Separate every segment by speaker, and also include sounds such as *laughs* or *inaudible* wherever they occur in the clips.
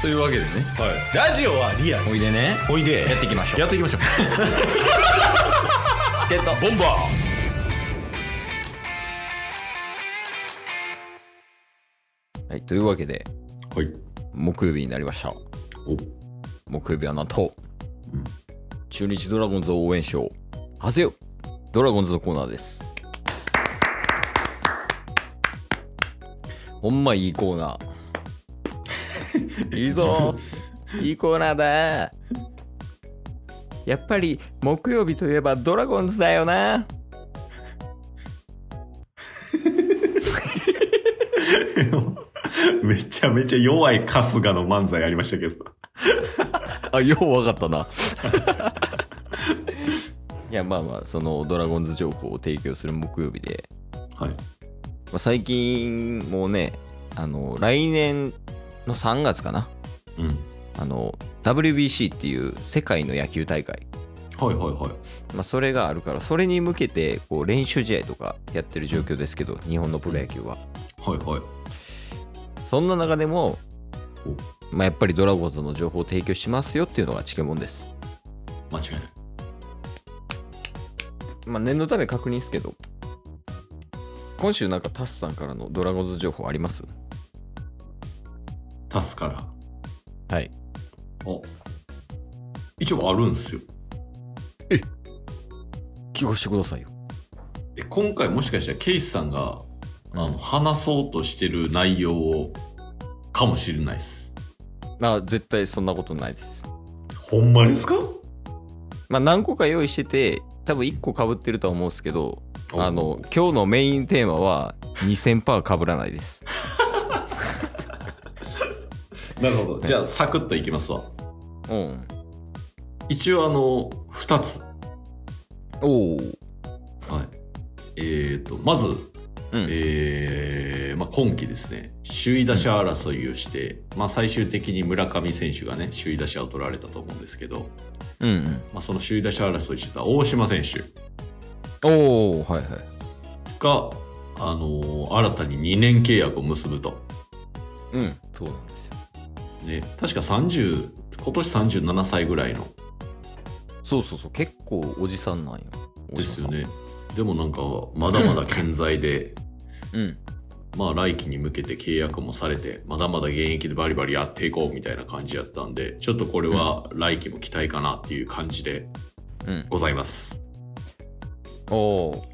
Speaker 1: というわけでね
Speaker 2: はい、ラジオはリアル
Speaker 1: おいでね
Speaker 2: おいで
Speaker 1: やっていきましょう
Speaker 2: やっていきましょう
Speaker 1: ってた
Speaker 2: ボンバ
Speaker 1: はいというわけで
Speaker 2: ーはい
Speaker 1: 木曜日になりました
Speaker 2: お *laughs*
Speaker 1: 木曜日はなんと、
Speaker 2: うん
Speaker 1: 中日ドラゴンズを応援しようはせよドラゴンズのコーナーですほんまいいコーナ *laughs* ーいいぞいいコーナーだやっぱり木曜日といえばドラゴンズだよな
Speaker 2: めちゃめちゃ弱い春日の漫才ありましたけど。
Speaker 1: あようわかったな *laughs* いやまあまあそのドラゴンズ情報を提供する木曜日で
Speaker 2: はい。
Speaker 1: まあ最近もうねあの来年の3月かな
Speaker 2: うん。
Speaker 1: あの WBC っていう世界の野球大会、
Speaker 2: はいはいはい。
Speaker 1: まあ、それがあるからそれに向けてこう練習試合とかやってる状況ですけど日本のプロ野球は
Speaker 2: はいはい。
Speaker 1: そんな中でも
Speaker 2: お、
Speaker 1: まあ、やっぱりドラゴンズの情報を提供しますよっていうのがチケモンです、
Speaker 2: 間違いない。
Speaker 1: まあ、念のため確認ですけど今週なんかタスさんからのドラゴンズ情報あります
Speaker 2: タスから。あ、
Speaker 1: はい
Speaker 2: 一応あるんすよ。
Speaker 1: 聞かしてくださいよ
Speaker 2: え今回もしかしたらケイスさんが、あの、話そうとしてる内容を、かもしれないです。
Speaker 1: まあ絶対そんなことないです
Speaker 2: ほんまですか
Speaker 1: まあ、何個か用意してて多分1個かぶってるとは思うんですけどあの、今日のメインテーマは2000%かぶらないです
Speaker 2: なるほど。じゃあ、サクッといきますわ。
Speaker 1: うん
Speaker 2: 一応あの、二つ。
Speaker 1: おお
Speaker 2: はい。えっ、と、まず、
Speaker 1: うん
Speaker 2: えーまあ、今季ですね、首位打者争いをして、まあ、最終的に村上選手がね、首位打者を取られたと思うんですけど、
Speaker 1: うんうん
Speaker 2: まあ、その首位打者争いしてた大島選手
Speaker 1: おおはいはい
Speaker 2: が、あのー新たに2年契約を結ぶと。
Speaker 1: うんそうなんですよ
Speaker 2: ね、確か30、今年37歳ぐらいの。
Speaker 1: そうそうそう結構おじさんなんよお
Speaker 2: で
Speaker 1: じさ
Speaker 2: す
Speaker 1: ん
Speaker 2: よね。でもなんか、まだまだ健在で、
Speaker 1: うん
Speaker 2: まあ来季に向けて契約もされて、まだまだ現役でバリバリやっていこうみたいな感じやったんで、ちょっとこれは来季も期待かなっていう感じで
Speaker 1: うん
Speaker 2: ございます。
Speaker 1: おお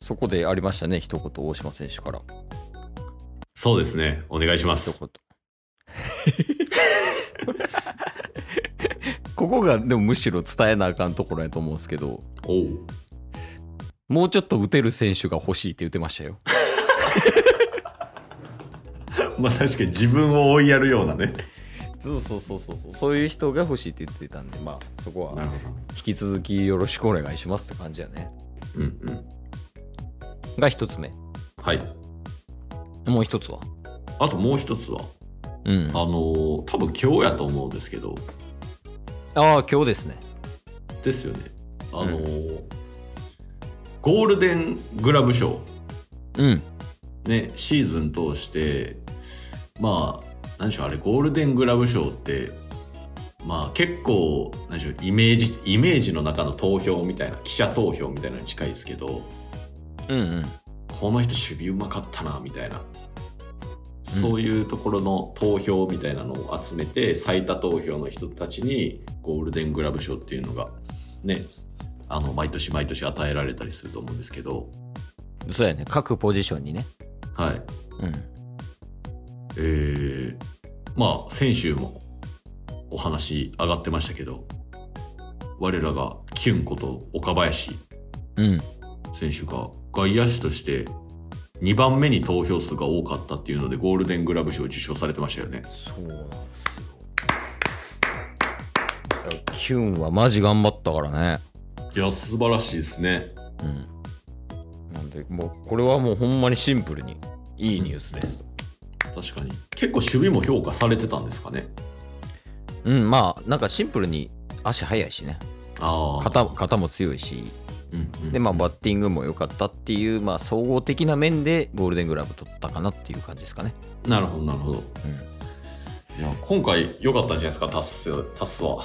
Speaker 1: そこでありましたね一言大島選手から
Speaker 2: そうですね。お願いします。
Speaker 1: 一言 *laughs* ここがでもむしろ伝えなあかんところやと思うんですけど
Speaker 2: おう。
Speaker 1: もうちょっと打てる選手が欲しいって言ってましたよ
Speaker 2: まあ確かに自分を追いやるようなね。
Speaker 1: そうそうそうそうそうそういう人が欲しいって言ってたんでまあそこは
Speaker 2: なるほど。
Speaker 1: 引き続きよろしくお願いしますって感じやね
Speaker 2: うんうん。
Speaker 1: が一つ目
Speaker 2: はい。
Speaker 1: もう一つは
Speaker 2: あともう一つは、
Speaker 1: うん
Speaker 2: あのー多分今日やと思うんですけど、
Speaker 1: ああ今日ですね
Speaker 2: ですよね。あのーゴールデングラブ賞。
Speaker 1: うん
Speaker 2: ね、シーズン通して、まあ、何でしょう、あれ、ゴールデングラブ賞って、まあ結構、何でしょう、イメージ、イメージの中の投票みたいな、記者投票みたいなのに近いですけど、
Speaker 1: うんうん
Speaker 2: この人守備うまかったな、みたいな。そういうところの投票みたいなのを集めて、最多投票の人たちに、ゴールデングラブ賞っていうのが、ね、あの、毎年毎年与えられたりすると思うんですけど、
Speaker 1: そうやね各ポジションにね
Speaker 2: はい。
Speaker 1: うん
Speaker 2: えーまあ先週もお話上がってましたけど我らがキュンこと岡林
Speaker 1: うん
Speaker 2: 選手が外野手として2番目に投票数が多かったっていうのでゴールデングラブ賞を受賞されてましたよね
Speaker 1: そうなんですよキュンはマジ頑張ったからね
Speaker 2: いや素晴らしいですね
Speaker 1: うんなんでもうこれはもうほんまにシンプルにいいニュースです
Speaker 2: 確かに結構守備も評価されてたんですかね
Speaker 1: うんまあなんかシンプルに足速いしね
Speaker 2: ああ
Speaker 1: 肩肩も強いし
Speaker 2: うんうん
Speaker 1: で、まあ、バッティングも良かったっていう、まあ、総合的な面でゴールデングラブ取ったかなっていう感じですかね。
Speaker 2: なるほどなるほど、
Speaker 1: うん
Speaker 2: いいや今回良かったんじゃないですかタッスタッスは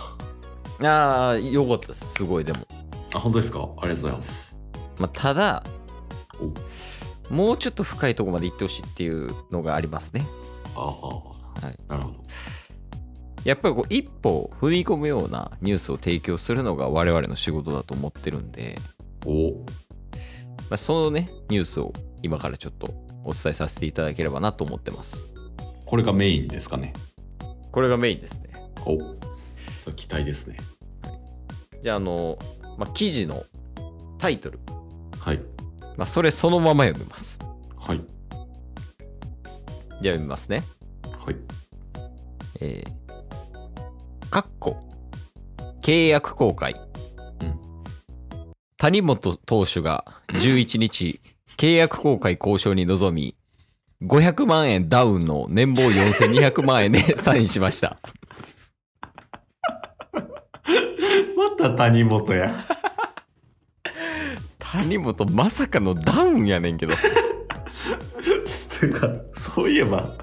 Speaker 1: ああよかったですすごいでも、
Speaker 2: あ本当ですかありがとうございます
Speaker 1: まあ、ただ
Speaker 2: お
Speaker 1: もうちょっと深いとこまで行ってほしいっていうのがありますね
Speaker 2: ああ、
Speaker 1: はい
Speaker 2: なるほど
Speaker 1: やっぱりこう一歩踏み込むようなニュースを提供するのが我々の仕事だと思ってるんで、
Speaker 2: お
Speaker 1: まあ、そのねニュースを今からちょっとお伝えさせていただければなと思ってます
Speaker 2: これがメインですかね
Speaker 1: これがメインですね
Speaker 2: おそれ期待ですね
Speaker 1: じゃああの、まあ、記事のタイトル、
Speaker 2: はい
Speaker 1: まあ、それそのまま読みます
Speaker 2: はい
Speaker 1: じゃあ読みますね
Speaker 2: はい
Speaker 1: えー、かっこ契約公開、うん、谷本投手が11日契約公開交渉に臨み500万円ダウンの年俸4200万円で *laughs* サインしました
Speaker 2: また谷本や
Speaker 1: 谷本まさかのダウンやねんけど
Speaker 2: てかそういえば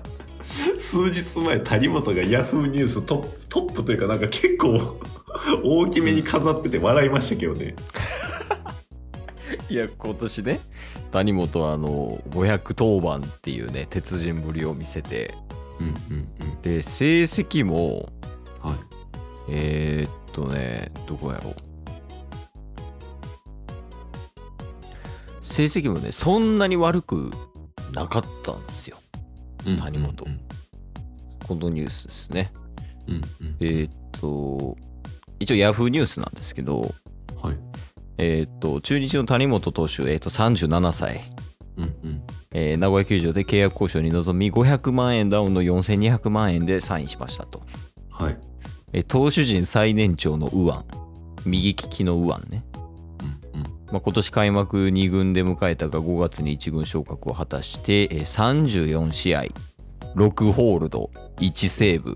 Speaker 2: 数日前谷本がヤフーニューストップトップというかなんか結構大きめに飾ってて笑いましたけどね
Speaker 1: いや今年ね谷本はあの500登板っていうね鉄人ぶりを見せて
Speaker 2: うんうん
Speaker 1: で成績も
Speaker 2: うんはい
Speaker 1: えー、っとね、どこやろう。成績もね、そんなに悪くなかったんですよ。谷本このニュースですね。
Speaker 2: うん
Speaker 1: えー、っと、一応 Yahoo ニュースなんですけど、
Speaker 2: はい
Speaker 1: えー、っと、中日の谷本投手、えーっと、37歳。
Speaker 2: うんうん
Speaker 1: えー名古屋球場で契約交渉に臨み500万円ダウンの4200万円でサインしましたと、
Speaker 2: はい
Speaker 1: えー投手陣最年長の右腕右利きの右腕ね
Speaker 2: うんうん
Speaker 1: まあ、今年開幕2軍で迎えたが5月に1軍昇格を果たしてえー34試合6ホールド1セーブ、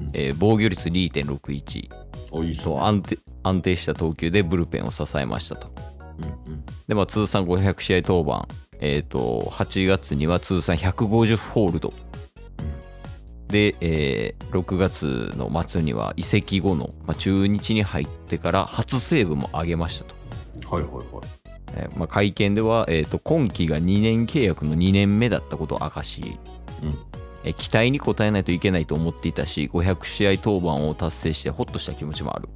Speaker 2: うん
Speaker 1: えー防御率2.61
Speaker 2: おいいっすね
Speaker 1: と安定安定した投球でブルペンを支えましたと
Speaker 2: うんうん
Speaker 1: で、まあ、通算500試合登板、えー、と8月には通算150ホールド、で、えー6月の末には移籍後の、まあ、中日に入ってから初セーブも挙げましたと
Speaker 2: はいはいはい
Speaker 1: えーまあ、会見では、えーと今期が2年契約の2年目だったことを明かし、
Speaker 2: うん
Speaker 1: えー期待に応えないといけないと思っていたし500試合登板を達成してホッとした気持ちもある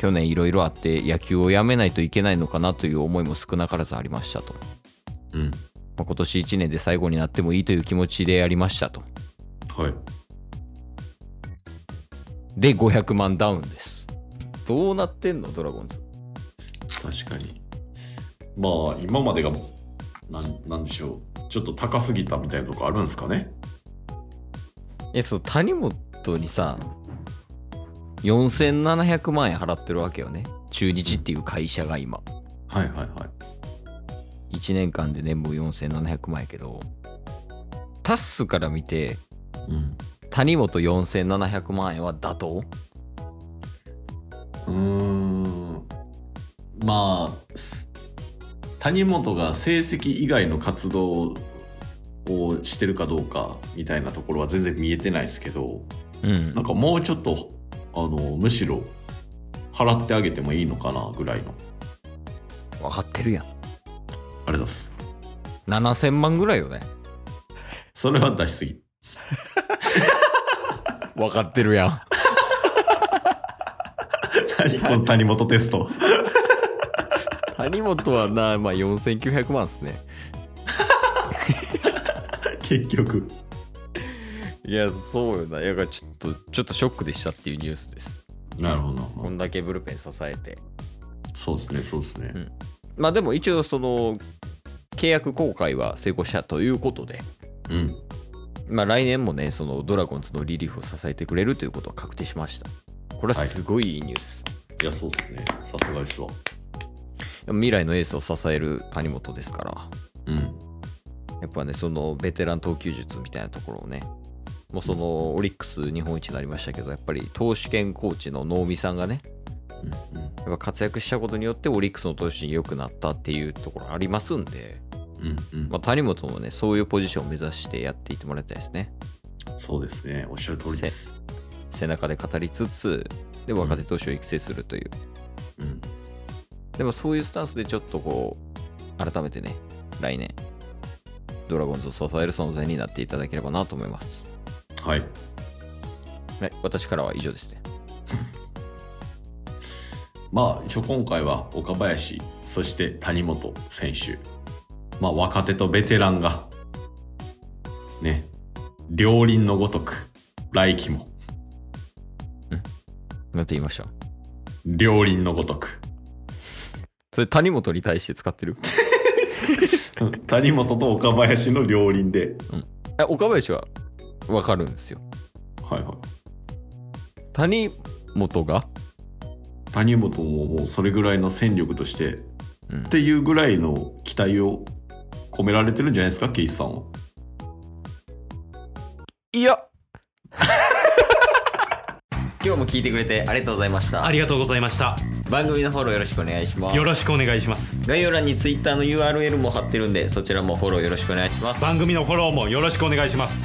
Speaker 1: 去年いろいろあって野球をやめないといけないのかなという思いも少なからずありましたと、
Speaker 2: うん
Speaker 1: まあ、今年1年で最後になってもいいという気持ちでやりましたと
Speaker 2: はい
Speaker 1: で500万ダウンですどうなってんのドラゴンズ
Speaker 2: 確かにまあ今までがなんなんでしょうちょっと高すぎたみたいなとこあるんですかね
Speaker 1: えそう谷本にさ4700万円払ってるわけよね中日っていう会社が今
Speaker 2: はいはいはい
Speaker 1: 1年間で年俸4700万やけどタッスから見て
Speaker 2: うん
Speaker 1: 谷本4700万円は妥当
Speaker 2: うーんまあす谷本が成績以外の活動をしてるかどうかみたいなところは全然見えてないですけど
Speaker 1: うん
Speaker 2: なんかもうちょっとあのむしろ払ってあげてもいいのかなぐらいの
Speaker 1: 分かってるやん
Speaker 2: あれです
Speaker 1: 7000万ぐらいよね
Speaker 2: それは出しす *laughs* ぎ
Speaker 1: 分かってるや *laughs* ん
Speaker 2: 何この谷本テス *laughs* ト
Speaker 1: 谷本はな、まあ、4900万っすね
Speaker 2: 結局
Speaker 1: いやそうよないやちょっとちょっとショックでしたっていうニュースです
Speaker 2: なるほど
Speaker 1: こんだけブルペン支えて
Speaker 2: そうですねそうですね
Speaker 1: うんまあでも一応その契約更改は成功したということで、
Speaker 2: うん
Speaker 1: まあ、来年もねそのドラゴンズのリリーフを支えてくれるということは確定しましたこれはすごいいいニュース、
Speaker 2: いやそうですねさすがですわ
Speaker 1: 未来のエースを支える谷本ですから
Speaker 2: うん
Speaker 1: やっぱねそのベテラン投球術みたいなところをねもうそのオリックス日本一になりましたけどやっぱり投手兼コーチの能見さんがねやっぱ活躍したことによってオリックスの投手に良くなったっていうところありますんで、
Speaker 2: うんうんうん
Speaker 1: まあ、谷本もねそういうポジションを目指してやっていってもらいたいですね
Speaker 2: そうですね。おっしゃる通りです。
Speaker 1: 背中で語りつつで若手投手を育成するという、
Speaker 2: うん。
Speaker 1: でもそういうスタンスでちょっとこう改めてね来年ドラゴンズを支える存在になっていただければなと思います
Speaker 2: はい。
Speaker 1: はい私からは以上ですね
Speaker 2: まあ、一応今回は岡林、そして谷本選手。まあ、若手とベテランが、ね、両輪のごとく、来季も、
Speaker 1: なんて言いました
Speaker 2: 両輪のごとく。
Speaker 1: それ谷本に対して使ってる
Speaker 2: 谷本と岡林の両輪で。
Speaker 1: え岡林はわかるんですよ
Speaker 2: はいはい。
Speaker 1: 谷本が
Speaker 2: 谷本ももうそれぐらいの戦力として、
Speaker 1: うん
Speaker 2: っていうぐらいの期待を込められてるんじゃないですか、ケイスさんは。
Speaker 1: いや *laughs* 今日も聞いてくれてありがとうございました
Speaker 3: ありがとうございました
Speaker 1: 番組のフォローよろしくお願いします
Speaker 3: よろしくお願いします
Speaker 1: 概要欄に Twitter の URL も貼ってるんでそちらもフォローよろしくお願いします
Speaker 3: 番組のフォローもよろしくお願いします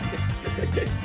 Speaker 3: す